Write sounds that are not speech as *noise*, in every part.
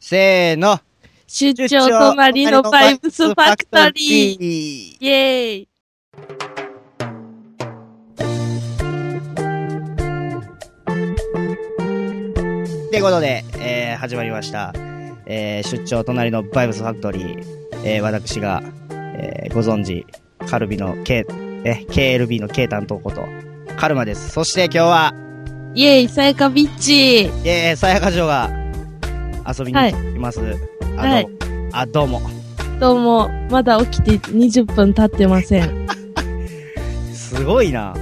せーの。出張隣のバイブスファクトリー。ー。イェーイ。ってことで、えー、始まりました。えー、出張隣のバイブスファクトリー。えー、私が、えー、ご存知、カルビの K、え、KLB の K 担当こと、カルマです。そして今日は、イェーイ、さやかビッチ。えー、さやか嬢が遊びにはい来ます。はいあ、どうも。あ、どうも。どうも、まだ起きて20分経ってません。すごいな。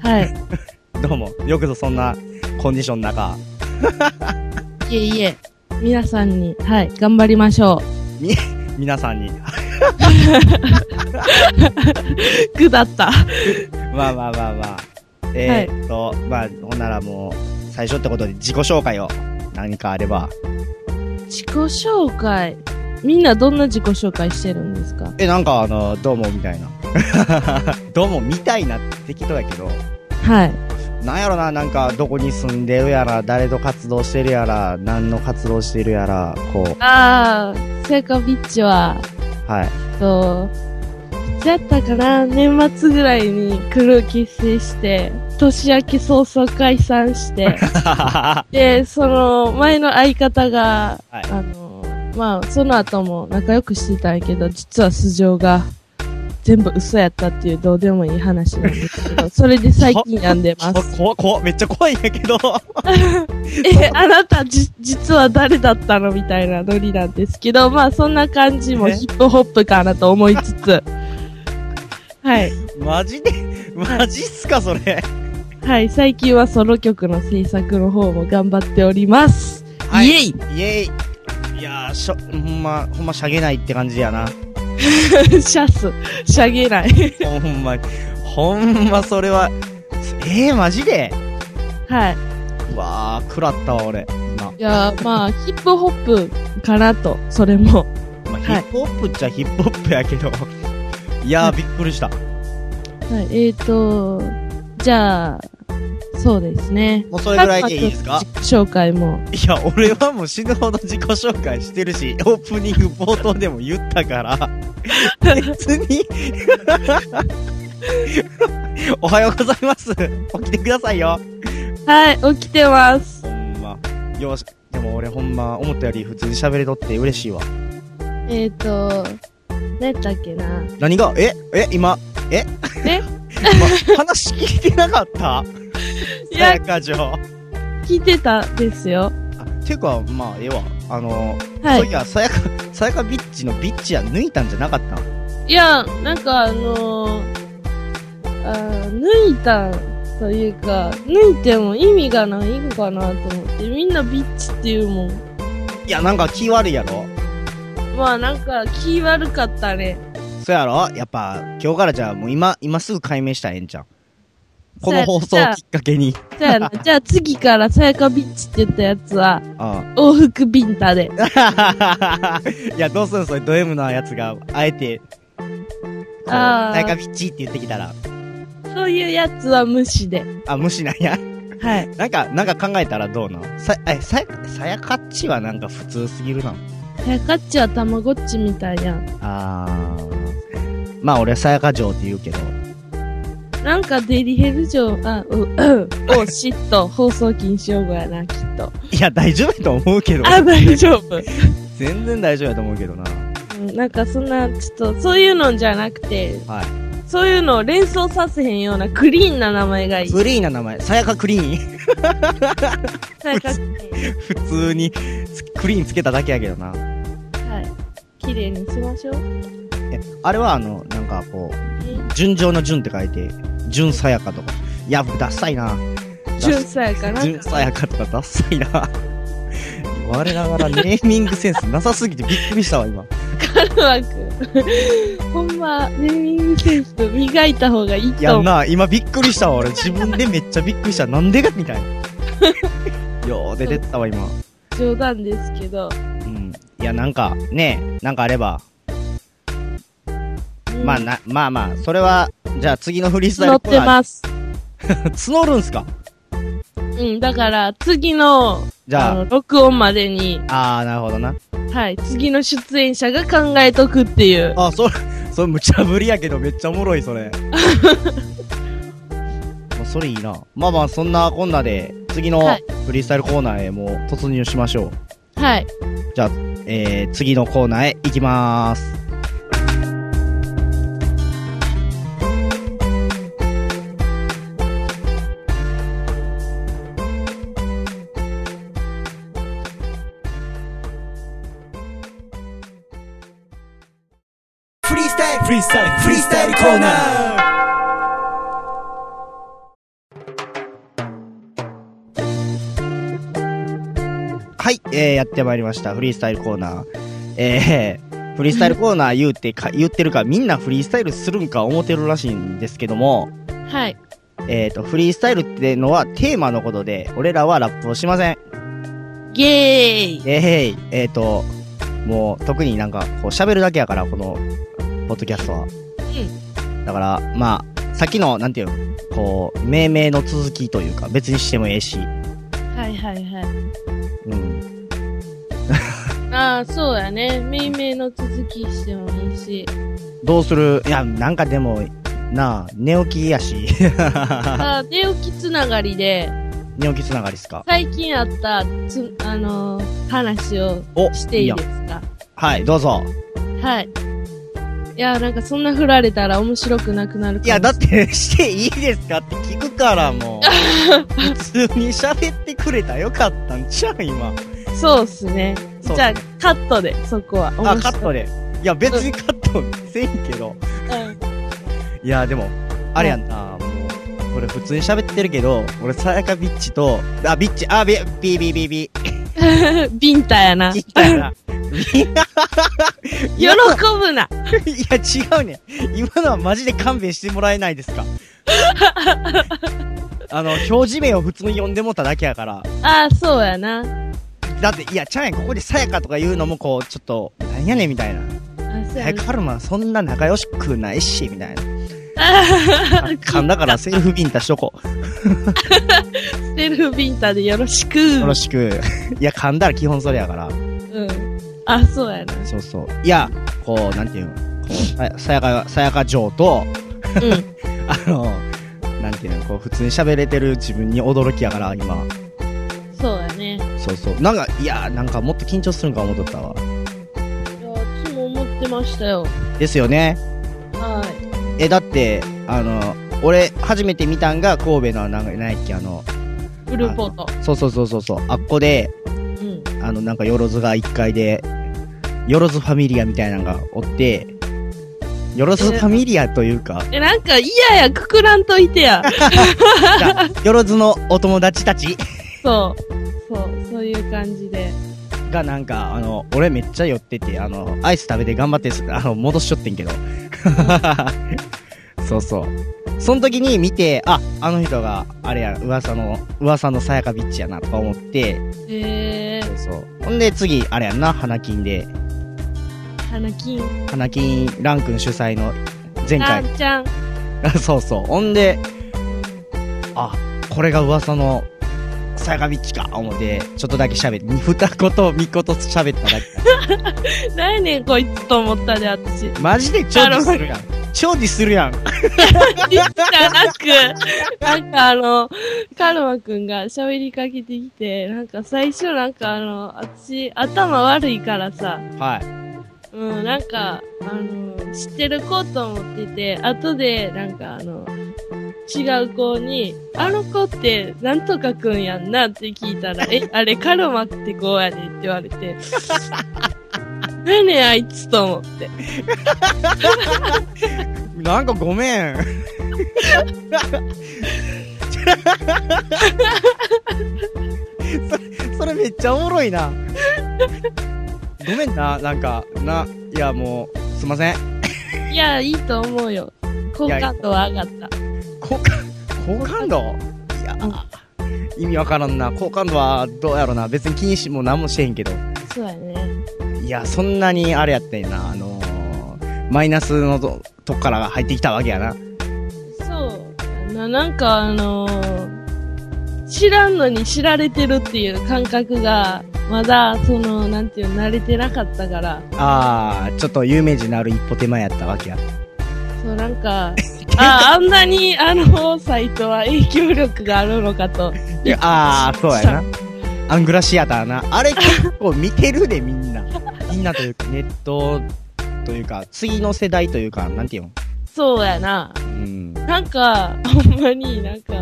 はい。どうも。よくぞそんなコンディションの中。いえいえ、皆さんに、はい、頑張りましょ皆さんに。う。グだった。まあまあまあまあ。えー、っと、まあ、ほんならもう、最初ってことで自己紹介を何かあれば。自己紹介。みんなどんな自己紹介してるんですかえ、なんかあの、どうもみたいな。 *laughs* どうもみたいなって適当やけど、はい。なんやろな、なんかどこに住んでるやら、誰と活動してるやら、何の活動してるやら、こう、あー、さやかビッチは、 *laughs* はい。えっと、いつやったかな年末ぐらいにクルー結成して、年明け早々解散して、はで、その、前の相方が、い。あの、まあ、その後も仲良くしてたんやけど、実は素性が全部嘘やったっていうどうでもいい話なんです *laughs* けど、それで最近病んでまこす。怖怖めっちゃ怖いんやけど。 *laughs* え、あなたじ、実は誰だったのみたいなノリなんですけど、まあ、そんな感じもえヒップホップかなと思いつつ、 *laughs* はい。マジで、マジっすか、それ。はい、最近はソロ曲の制作の方も頑張っております。 *laughs* はいイエイイエイ。いやー、しょ、ほんま、ほんましゃげないって感じやな。シャス、しゃげない。ほんまに。ほんま、それは。えー、マジではい。うわー、食らったわ、俺。今。いやー、まあ、ヒップホップかなと、それも。まあ、ヒはッいプホップっちゃヒップホップやけど。いやー、びっくりした。はい、えーと、じゃあ、そうですね。もうそれぐらいでいいですか各々自己紹介も。いや、俺はもう死ぬほど自己紹介してるし、オープニング冒頭でも言ったから、別におはようございます。起きてくださいよ。はい、起きてます。ほんま。よし、でも俺ほんま、思ったより普通に喋れとって嬉しいわ。えーと、何やったっけな。何がええ今ええ今話聞いてなかったいさやや、かじょ聞いてたですよ。ていうか、まあ、ええわ。あの、はそういい。や、さやか、さやかビッチのビッチは抜いたんじゃなかったんいや、なんかあのー、あー抜いたというか、抜いても意味がないんかなと思って、みんなビッチっていうもん。いや、なんか気悪いやろまあなんか気悪かったね。そうやろやっぱ、今日からじゃあもう今、今すぐ解明したらええんちゃうこの放送そうやをきっかけに。じゃ *laughs* あな、じゃあ次からさやかビッチって言ったやつは、うん。往復ビンタで。 *laughs* いや、どうするそれ、ド M のやつが、あえて、こうあーさやかビッチって言ってきたら、そういうやつは無視で。あ、無視なんや。はい。なんか、なんか考えたらどうなんさ、え、さや、さやかっちはなんか普通すぎるな。さやかっちはたまごっちみたいやん。あー。まあ俺、さやか嬢って言うけど。なんかデリヘル嬢、あ、う、を嫉妬、放送禁止用語やな、きっと。いや、大丈夫やと思うけど。あ、大丈夫。全然大丈夫やと思うけどな。うんなんかそんな、ちょっと、そういうのじゃなくて、はそういうのを連想させへんようなクリーンな名前がいい。い。クリーンな名前。さやかクリーン *laughs* さやかっち。普通に、つクリーンつけただけやけどな。はい。綺麗にしましょう。え、あれはあの、なんかこう、純情の純って書いて、純さやかとか。いや、ダッサいな。純さやかな。純さやかとかダッサいな。 *laughs* 我ながらネーミングセンスなさすぎてびっくりしたわ、今。うまく。ほんま、ネーミングセンス磨いた方がいいいとや思う。な、今びっくりしたわ、俺。自分でめっちゃびっく *laughs* りした。なんでかみたいな。よう出てったわ、今。冗談ですけど。うん。いや、なんか、ねえ、なんかあれば。うんまあ、な、まあまあ、それは、じゃあ次のフリースタイ乗ルっコてーナー。ます。募るんすかうん、だから、次のじゃの、録音までに、あ、あー、なるほどな。はい、次の出演者が考えとくっていう。あ、それ、それ無茶ぶりやけどめっちゃおもろい、そ *laughs* れ。もうそれいいな。まあまあ、そんなこんなで、次のはいフリースタイルコーナーへもう突入しましょう。はい。えー、次のコーナーへ行きまーす。フリースタイルフリースタイルフリースタイルコーナーはい、えー、やってまいりました。フリースタイルコーナー。えー、フリースタイルコーナー言うてか、言ってるか、みんなフリースタイルするんか思ってるらしいんですけども、はい。えーと、フリースタイルってのはテーマのことで、俺らはラップをしません。ゲーイえーへい、えーと、もう特になんか、こう喋るだけやから、この、ポッドキャストは。だから、まあ、さっきの、なんていうの、こう、命名の続きというか、別にしてもええし、はいはいはい。うん。ああ、そうやね。命名の続きしてもい *laughs* いし。どうするいや、なんかでも、なあ、寝起きやし。 *laughs* ああ、寝起きつながりで、寝起きつながりっすか最近あったつ、あのー話をお、していいやで。すかはい、どうぞ。はい。いや、なんかそんな振られたら面白くなくなるかもいや、だって、 *laughs* していいですかって聞くから、も *laughs* う。普通に喋ってくれたらよかったんちゃう今。そうっすね。そうっすねじゃあ、カットで、そこは。あ、カットで。で。いや、別にカットせんけど。うん。いや、でも、あれやんな、もう。これ普通に喋ってるけど、俺、さやかビッチと、あ、ビッチ、あ、ビ、ビビビビ、 *laughs* ビンタやな。ビ喜ッタやな。いやぶな。 *laughs* いや、違うねん。今のはマジで勘弁してもらえないですか。あの、表示名を普通に呼んでもただけやから。ああ、そうやな。だって、いや、ちゃうやん、ここでさやかとか言うのも、こう、ちょっと、なんやねんみたいな。あそうえ、やな。カルマ、そんな仲良しくないし、みたいな。あー勘だからセルフビンタしとこう。セルフビンタでよろしく。よろしく。 *laughs* いや、噛んだら基本それやから。うん。あ、そうやな。そうそう。いや、こう、なんていうの、こう、あさやか、さやか嬢と、うん。あの、なんていうの、こう、普通に喋れてる自分に驚きやから、今。そうやね。いや、そうそう。なんか、いや、なんかもっと緊張するんか思っとったわ。いつも思ってましたよ。ですよね。はい。え、だって、あの、俺、初めて見たんが、神戸の、なんか、なんやっけ、あの、フルポート。そうそうそうそうそう、あっこで、うん。あの、なんか、よろずが1階で、よろずファミリアみたいなのがおって、よろずファミリアというか、え、なんか嫌や、くくらんとい *laughs* てや。じゃあよろずのお友達たちそう。そう、そういう感じで。がなんか、あの、俺めっちゃ酔ってて、あの、アイス食べて頑張ってす、あの、戻しちょってんけど。 *laughs* そうそう。その時に見て、あ、あの人が、あれや、噂の、噂のさやかビッチやな、とか思って、えそうー、そう。ほんで、次、あれやんな、花金で、花金。花金ラン君主催の、前ラ回。ンちゃん。 *laughs* そうそう。ほんで、あ、これが噂の、さやかビッチか、思って、ちょっとだけ喋って、二言、三言喋っただけ。何やねん、こいつと思ったで、私。リマジで超ディスるやん。超ディスるやん。スじゃなく、なんかあの、カルマくんが喋りかけてきて、なんか最初なんかあの、私、頭悪いからさ、はい。うん、なんか、あの、知ってる子と思ってて、後で、なんかあの、違う子に、あの子って、なんとかくんやんなって聞いたら、え、あれ、カルマってこうやでって言わ *laughs* れて、何やねんあいつと思って。なんかごめん。それ、 *laughs* それめっちゃおもろいな。ごめんな、なんか、な、いやもう、すいません。いや、いいと思うよ。好感度は上がった。好感、好感度いやー、意味わからんな。好感度はどうやろな。別に気にし、もう何もしてへんけど。そうやね。いや、そんなにあれやってんな。あのー、マイナスのととこから入ってきたわけやな。そうやな。なんかあのー知らんのに知られてるっていう感覚が、まだ、その、なんていうの、慣れてなかったから、ああ、ちょっと有名人のある一歩手前やったわけや。そう、なん *laughs* か、あ、あんなに、あの、サイトは影響力があるのかと。いやああ、そうやな。アングラシアターな。あれ結構見てるで、みんな。みんなというか、ネットというか、次の世代というか、なんていうのそうやな。うん。なんか、ほんまになんか、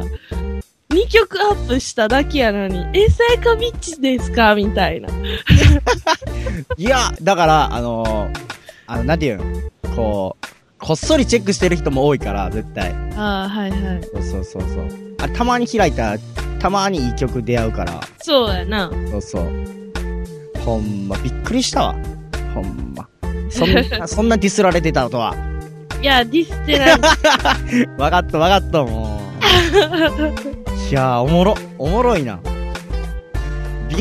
2曲アップしただけやのに、え、サイカビッチですかみたいな。いや、だから、あのー、あの、なんていうのこう、こっそりチェックしてる人も多いから、絶対。ああ、はいはい。そうそうそうそう。あたまに開いたら、たまにいい曲出会うから。そうやな。そうそう。ほんま、びっくりしたわ。ほんま。そん *laughs* な、そんなディスられてたとは。 *laughs* いや、ディスってない。わかったわかったもう。いやー、おもろ、おもろいな。び、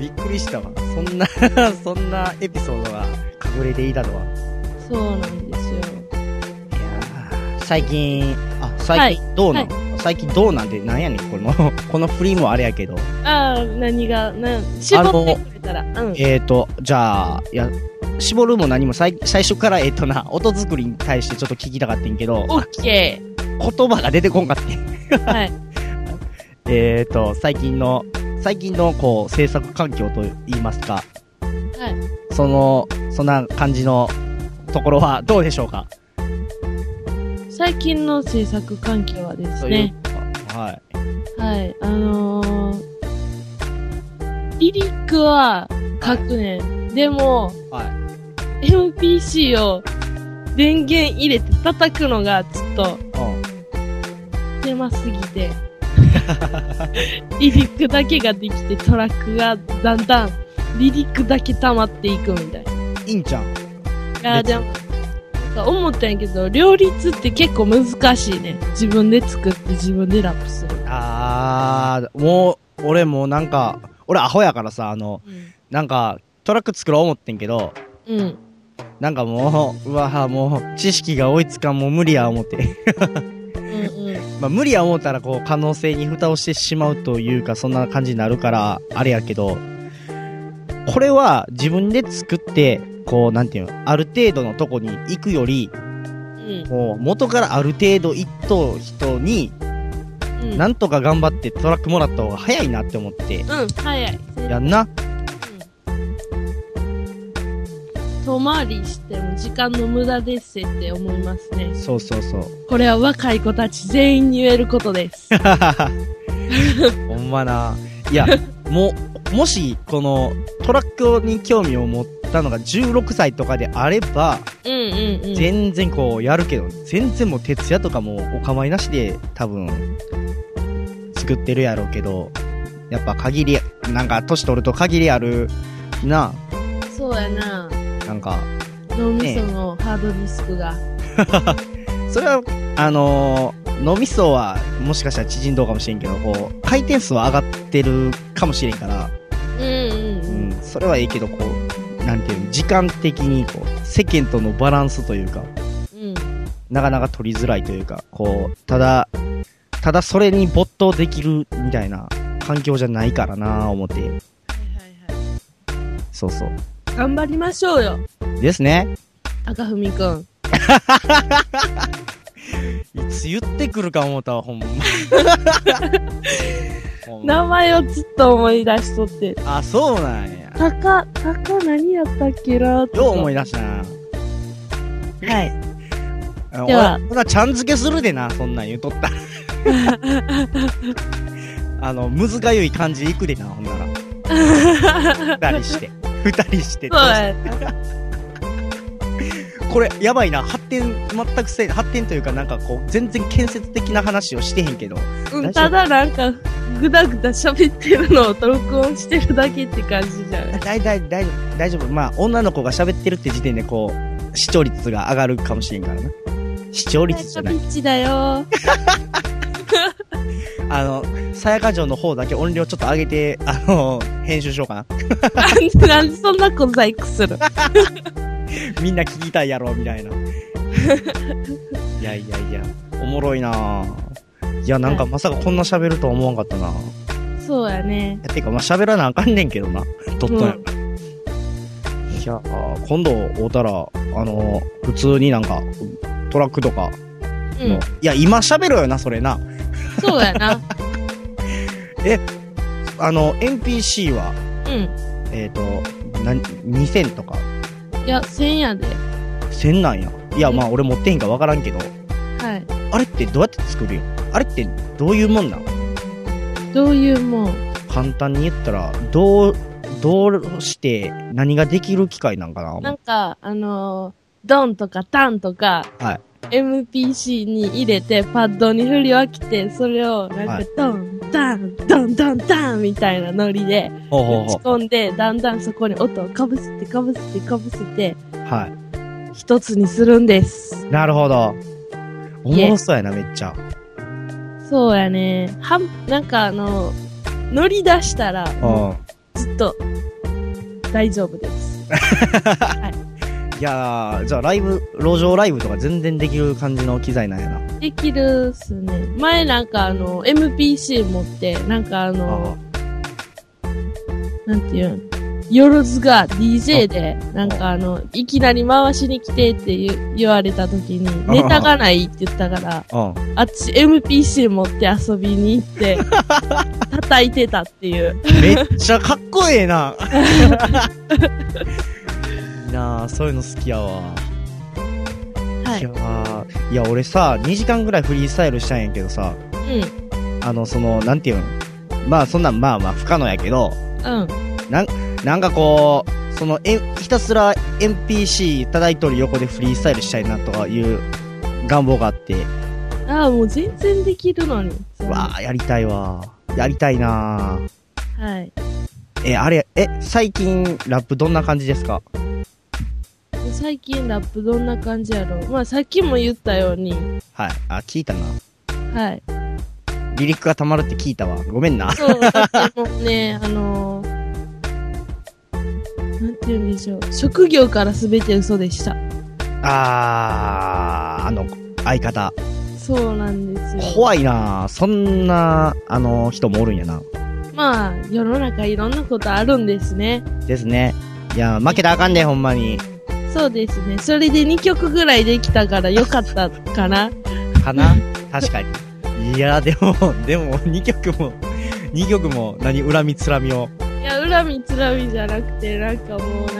びっくりしたわ。そんな、 *laughs* そんなエピソードが隠れていたとは。いそうなんですよ。やー最近、あ、最近どうなん、最近どうなんてなんやねん、この、 *laughs* このフリーもあれやけど。ああ、何が、な、絞ってくれたら。うん。えーと、じゃあ、いや、絞るも何も最最初から、えっ、とな、音作りに対してちょっと聞きたかったんけど、オッケ言葉が出てこんかってん。 *laughs* ー。はい。えーと、最近の、最近の、こう、制作環境と言いますか、はい。その、そんな感じのところはどうでしょうか最近の制作環境はですというね、かはい。はい、あのー、リリックは書くねん。でも、は MPC を電源入れて叩くのがちょっとい。手間すぎて、リリックだけができてトラックがだんだんリリックだけ溜まっていくみたいな。うん。いんちゃん。いやー別でも、なんか思ったんやけど、両立って結構難しいね。自分で作って自分でラップする。あー、もう、俺もうなんか、俺アホやからさ、あの、なんか、トラック作ろう思ってんけど、うん。うん。なんかもう、うわぁ、もう、知識が追いつかん、もう無理や思って。 *laughs* うんうん。まあ、無理や思ったら、こう、可能性に蓋をしてしまうというか、そんな感じになるから、あれやけど、これは自分で作って、こう、なんていうの、ある程度のとこに行くより、うんもう、元からある程度行っとう人に、うん。なんとか頑張ってトラックもらった方が早いなって思って、うん、早い。やんな。うん遠回りしても時間の無駄ですって思いますね。そうそうそう。これは若い子たち全員に言えることです。 *laughs* ほんまな。いや、もう、もし、この、トラックに興味を持ったのが16歳とかであれば、 *laughs* うんうんうん。全然こう、やるけど、全然もう、徹夜とかもお構いなしで、多分、作ってるやろうけど、やっぱ限り、なんか、年取ると限りある、な、そうやな。なんか、脳みそのハードディスクが。それは、あのー脳みそは、もしかしたら縮んどうかもしれんけど、こう、回転数は上がってるかもしれんから、うんううんん、それはいいけど、こう、なんていうの、時間的に、こう、世間とのバランスというか、うん。なかなか取りづらいというか、こう、ただ、ただそれに没頭できるみたいな環境じゃないからなぁ、思って。そうそう。頑張りましょうよ、ですね。赤文くん。いつ言ってくるか思ったわ、ほんま。 *laughs* ほんま名前をずっと思い出しとって。あ、そうなんや。たか、たか何やったっけなとかよう思い出したな。はい。あでは俺ほな、ちゃん付けするでな、そんなん言うとった。 *laughs* あの、むずがゆい感じいくでな、ほんな *laughs* ら。二人して。二人して。そうやな。これ、やばいな。発展、全くせ、発展というか、なんかこう、全然建設的な話をしてへんけど。うん、ただなんか、ぐだぐだ喋ってるのを *laughs* 録音してるだけって感じじゃないだいだい、だい大丈夫。まあ、女の子が喋ってるって時点で、こう、視聴率が上がるかもしれんからな。視聴率じゃ *laughs* ないピ。ッチだよ。あの、さやか城の方だけ音量ちょっと上げて、あの、編集しようかな。なんでそんな小細工するみんな聞き *laughs* たいやろ、みたいな。いやいやいや、おもろいなぁ。いや、なんかまさかこんな喋るとは思わんかったな。いそうやね。やてか、まあ、喋らなあかんねんけどな。とっとんやからいや、あー今度会うたら、あのー普通になんか、トラックとかうの、い。んや、今喋ろよな、それな。そうやな。あの、NPC は、うん。えっ、と、な、2000とか、いや、1000やで。 1000なんや。いや、まあ、俺持ってへんかわからんけど、はい。あれってどうやって作るよあれってどういうもんなんどういうもん。簡単に言ったら、どう、どうして何ができる機械なんかななんか、あのードンとかタンとか、はい MPC に入れて、パッドに振り分けて、それを、なんはかい、ドン、タン、ドン、ドン、タンみたいなノリで、ほう打ち込んで、だんだんそこに音をかぶせて、かぶせて、かぶせて、う。は一つにするんです。い。なるほど。おもろそうやな、めっちゃ。そうやね。はん、なんかあの、乗り出したら、うん。ずっと、大丈夫です。いやー、じゃあライブ、路上ライブとか全然できる感じの機材なんやな。できるっすね。前なんかあの、MPC 持って、なんかあの、なんていうん、よろずが DJ で、なんかあの、いきなり回しに来てって言う言われた時に、あネタがないって言ったから、ああ。あっち MPC 持って遊びに *laughs* 行って、叩いてたっていう。うん。めっちゃかっこええな。 *laughs* いいなあそういうの好きやわ。はいい。やーいや、俺さ、2時間ぐらいフリースタイルしたんやけどさ、うあの、その、なんていうのまあ、そんなん、まあまあ、不可能やけど、ん。うん。なんかこう、その、え、ひたすら NPC 叩いとる横でフリースタイルしたいなとかいう願望があって、ああ、もう全然できるのに。わあやりたいわやりたいなーはい。え、あれ、え、最近、ラップどんな感じですかで最近ラップどんな感じやろうまあさっきも言ったように、はい。あ、聞いたな。はい。リリックが溜まるって聞いたわ。ごめんな。そう、だっても *laughs* うね、あのー、なんて言うんでしょう。職業から全て嘘でした。あー、あの、相方。そうなんですよ。怖いなそんな、あの、人もおるんやな。まあ、世の中いろんなことあるんですね。ですね。いや、負けたらあかんで、ほんまに。そうですね。それで2曲ぐらいできたからよかったかな。かな確かに。いや、でも、でも、2曲も、2曲も、何、恨みつらみを。いや、恨みつらみじゃなくて、なんかもう、なんかあ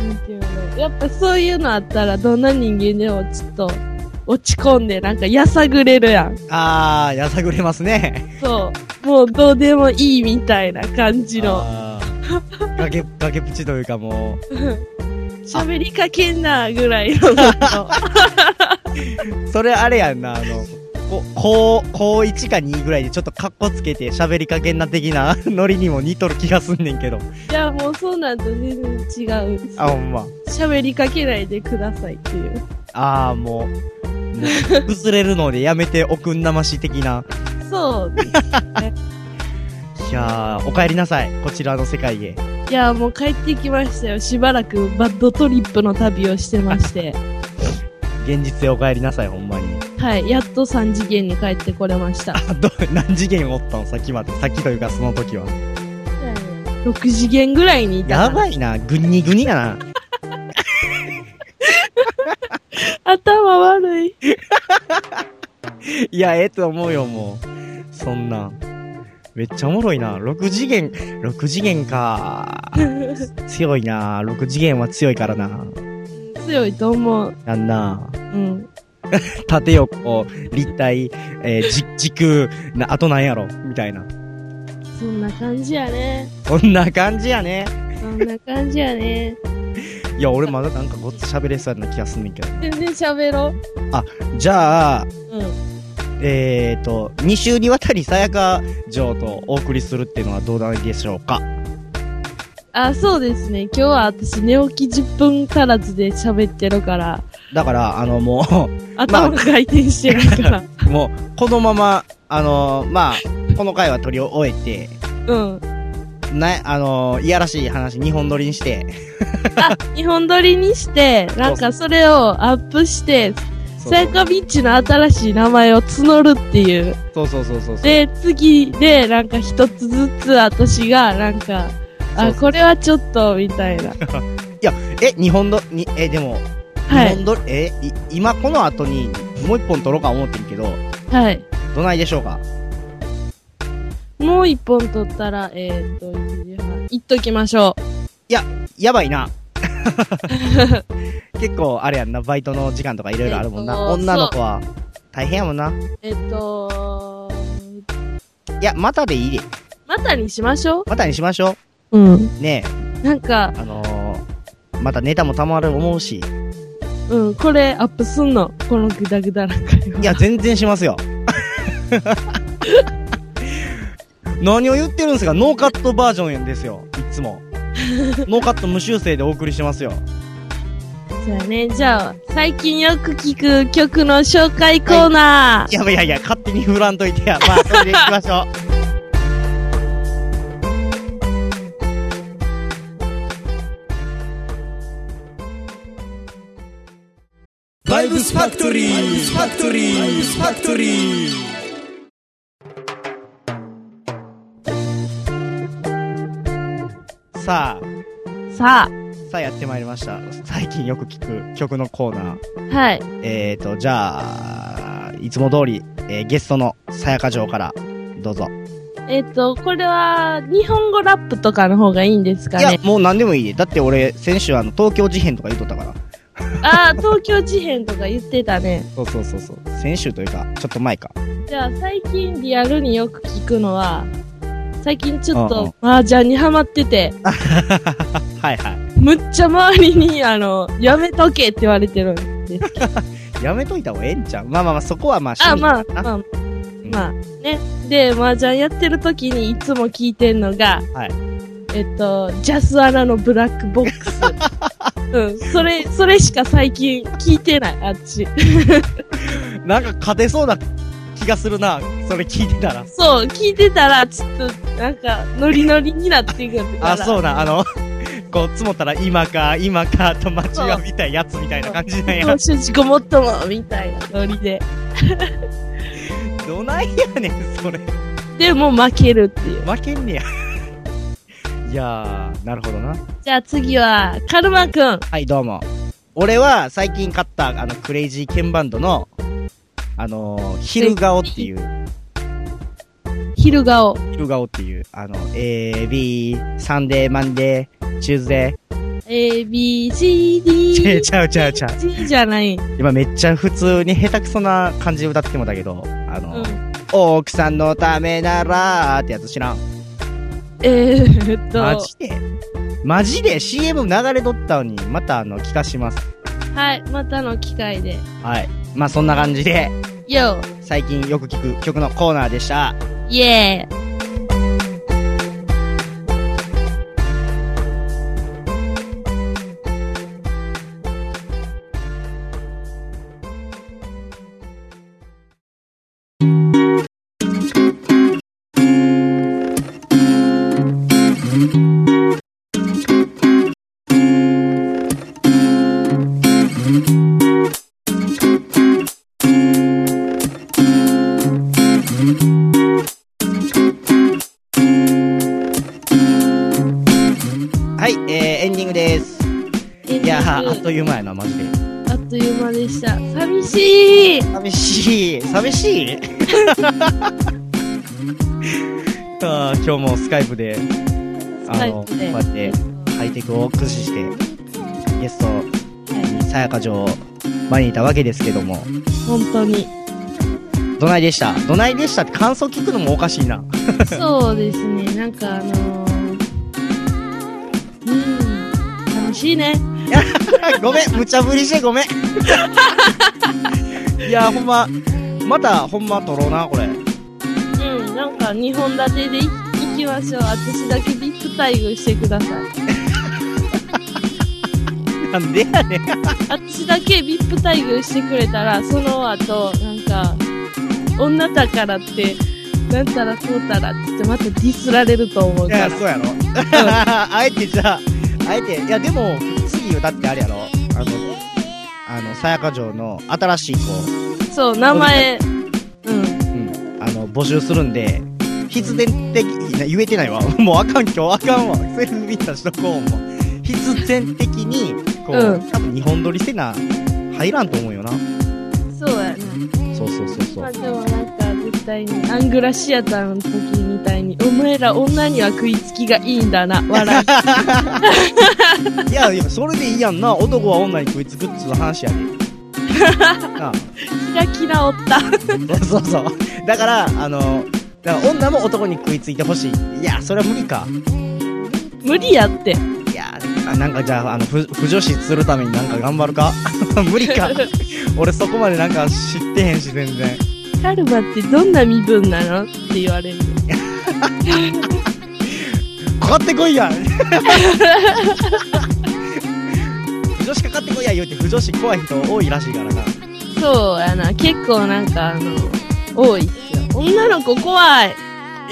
の、なんていうの、やっぱそういうのあったら、どんな人間でもちょっと落ち込んで、なんかやさぐれるやん。あー、やさぐれますね。そう。もうどうでもいいみたいな感じの。あー崖、崖っぷちというかも喋りかけんなぐらいのこと。う、それあれやんな、あの、こ高、高1か2ぐらいでちょっとカッコつけて喋りかけんな的なノリにも似とる気がすんねんけど。いや、もうそうなんと全然違う。あ、ほんま。喋りかけないでくださいっていう。あー、もう、もう崩れるのでやめておくんなまし的な。そう。いやー、お帰りなさい。こちらの世界へ。いや、もう帰ってきましたよ。しばらくバッドトリップの旅をしてまして。現実へお帰りなさい、ほんまに。はい、やっと3次元に帰ってこれました。あど何次元おったのさっきまで。さっきというかその時は。 6次元ぐらいにいたやから。ばいな、ぐにぐにやな。頭悪い。いや、ええと思うよ、もう。そんなん。めっちゃおもろいな。6次元、6次元か。強いな。6次元は強いからな。強いと思う。なんな。うん。縦横、立体、えー、じ、時空、な、あとなんやろ、みたいな。そんな感じやね。こんな感じやね。そんな感じやね。いや、俺まだなんかごっつ喋れそうやな気がすんねんけど。全然喋ろじゃあ、う。うん。えーと、2週にわたりさやか城とお送りするっていうのはどうなんでしょうかあ、そうですね。今日は私寝起き10分足らずで喋ってるから、だから、あの、も頭が回転してる *laughs* から。う、もう、このまま、あの、まあ、この回は取り終えて、うん。な、あの、いやらしい話、日本撮りにして、あ、日本撮りにして、なんかそれをアップして、そうサイカビッチの新しい名前を募るっていう。そうそうそうそうそう。で、次で、なんか一つずつ私が、なんか、そあ、うそうこれはちょっと、みたい *laughs* な。え、日本ど、に、え、でも、は日い。本ど、え、い今この後に、もう一本取ろうか思ってるけど、はい。どないでしょうかもう一本取ったら、えー、っと、1時半。いっときましょう。やばいな。 *laughs* 結構、あれやんな、バイトの時間とかいろいろあるもんな。えっと女の子は、大変やもんな。えーっと、いや、またでいいで。またにしましょまたにしましょう。うん。う。ねなんかえ、、あのー、またネタもたまる思うし。うん、これアップすんの。このグダグダな会話。いや、全然しますよ。 *laughs* 何を言ってるんですかノーカットバージョンやんですよ。いつも。ノーカット無修正でお送りしてますよ。じゃあね、じゃあ、最近よく聞く曲の紹介コーナー。いやいやいや、勝手に振らんといてや。まあ、それで行きましょう。バイブスファクトリーバイブスファクトリーバイブスファクトリーささあ、さあやってまいりました。最近よく聞く曲のコーナー。あ、はい。えーと、じゃあ、いつも通り、えーゲストのさやか城から、どうぞ。えっ、と、これは、日本語ラップとかの方がいいんですかいやね。、もう何でもいいで。だって俺、先週あの、東京事変とか言うとったから。ああ、東京事変とか言ってたね。そうそうそうそう。先週というか、ちょっと前か。 *laughs* じゃあ、最近リアルによく聞くのは、最近ちょっうんうんと、麻雀にハマってて、はいはむっちゃ周りに、あの、やめとけって言われてるんですけど。い。やめといた方がええんちゃうまあまあまあ、 *laughs* そこはまあ、あ、趣ま味だあ、な。まあ、うんまあね。で、麻雀やってる時にいつも聞いてんのが、はいえっと、ジャスアナのブラックボックス。 *laughs* うん、それ、それしか最近聞いてない、あっち。なんか勝てそうな気がするな。それ聞いてたら。そう、聞いてたら、ちょっと、なんか、ノリノリになってくるから。あ、そうな、あの、 *laughs* こう、積もったら今か、今か、と待ちわびたいやつみたいな感じなんや今。週事故もっとも、みたいなノリで。どないやねん、それ。でも負けるっていう。負けんねや。 *laughs* いやー、なるほどな。じゃあ次は、カルマくん。はい、どうも。俺は最近買った、あの、クレイジーケンバンドの、あのー、昼顔っていう、昼顔。昼顔っていう、あの、A, B, サンデー、マンデー、チューズデ A, B, C, D, ー。ちゃうちゃうちゃう。 G じゃない。今めっちゃ普通に下手くそな感じで歌ってもだけど、あうの、ん。奥さんのためならーってやつ知らん。えーっと、マジでマジで ?CM 流れとったのに、またあの、聞かします。はい、またの機会で。はい。まあそんな感じで、 YO! 最近よく聞く曲のコーナーでした。イエーはい、えー、エンディングです。イいやー、あっあという間やな、マジで。っという間でした。寂しい寂しい。寂しい *laughs* あー今日もスカイプで、スカあイの、こプうで。やって、ハイテクを駆使して、ゲストはいさやか城を前にいたわけですけども、本当に。どないでしたどないでしたって感想聞くのもおかしいな。 *laughs* そうですね、なんかあのー、うん、楽しいね。ごめん、無茶ぶりしてご *laughs* めん。いや、ほんま、またほんま撮ろうな、これ。うん、なんか2本立てでい行きましょう。私だけビップ待遇してください。なんでやねん。私だけビップ待遇してくれたら、その後、なんか、女だからって、なんたらこうたらって言って、またディスられると思ういから。や、そう *laughs* やろ。あえてじゃあ、あえて、いやでも、次だってあれやろ。あの、あの、さやか城の新しい子、そう、名前、うん。うん、あの、募集するんで、必然的、な言えてないわ。 *laughs* もうあかん、今日あかんわ。セルフビンタしとこう、もう。必然的に、こう、うん多分日本撮りせな、入らんと思うよな。そうやな。そうそうそうそまあう。でもなんか絶対に、アングラシアターの時みたいに、お前ら女には食いつきがいいんだな、笑う。いや、いや、それでいいやんな。男は女に食いつくっつう話 *laughs* やで。なあキラキラおった。 *laughs* そうそうそう。だから、あの、だから女も男に食いついてほしい。いや、それは無理か。無理やって。いやーあなんかじゃあ、あの、不不女子するためになんか頑張るか *laughs* 無理か。俺そこまでなんか知ってへんし、全然。カルマってどんな身分なのって言われる。かかってこいや *laughs* 不女子かかってこいや言うて、不女子怖い人多いらしいからな。そうやな、結構なんかあの、多いっすよ。女の子怖い。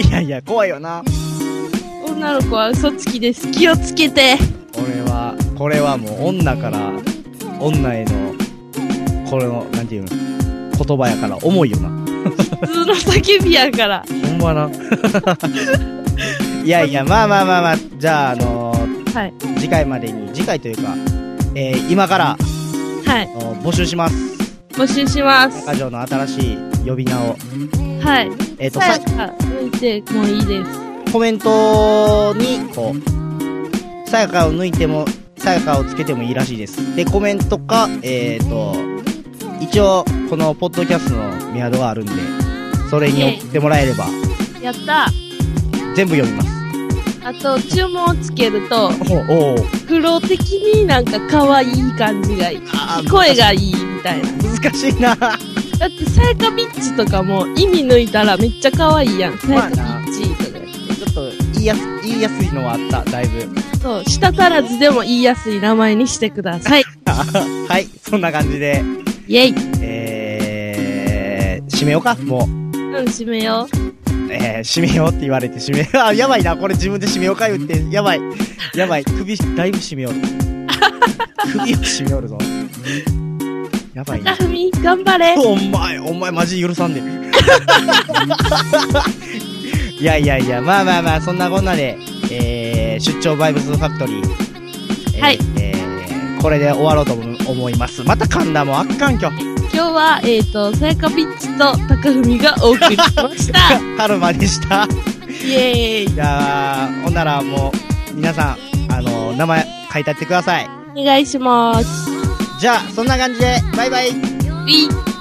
いやいや、怖いよな。女の子は嘘つきです。気をつけて。俺は、これはもう女から、女への、これの、なんていうの、言葉やから重いよな。普通の叫びやから。ほんまな。 *laughs* いやいや、まあまあまあまあ、じゃあ、あのーはい。次回までに、次回というか、えー今から、はい。あの募集します。募集します。中条の新しい呼び名を。はい。えっ、と、ささや、か、抜いてもういいです。コメントに、こう、さやかを抜いても、さやかをつけてもいいらしいです。で、コメントか、えっ、と、一応、この、ポッドキャストのメアドがあるんで、それに送ってもらえれば、やった全部読みます。あと、注文をつけると、おお黒的になんか可愛い感じがいい。あー声がいいみたいな。難しいな。だって、さやかビッチとかも意味抜いたらめっちゃ可愛いやん。さやまあかなビッチとか。ちょっと言いやす言いやすいのはあった、だいぶ。 *laughs* そう、舌足らずでも言いやすい名前にしてください。はい、そんな感じで、イェイ。えー、締めようか、もう。うん、締めよう。えー、締めようって *laughs* 言われて締め、あ、やばいな、これ自分で締めようか言って、やばい、やばい、首、だいぶ締めよる。首を締めよるぞ。やばいなあ。ふみ、頑張れ。お前、お前マジ許さんね *laughs* え。いやいやいや、まあまあまあ、そんなこんなで、えー、出張バイブスファクトリー。えーはい。えー、これで終わろうと思思います。また噛んだもん、あっかんきょ。今日は、えっ、ー、と、さやかビッチと高文がお送りし *laughs* ました。春馬でした。イエーイ。じゃあ、ほんならもう、皆さん、あの、名前書いてあってください。お願いします。じゃあ、そんな感じで、バイバイ。ウィー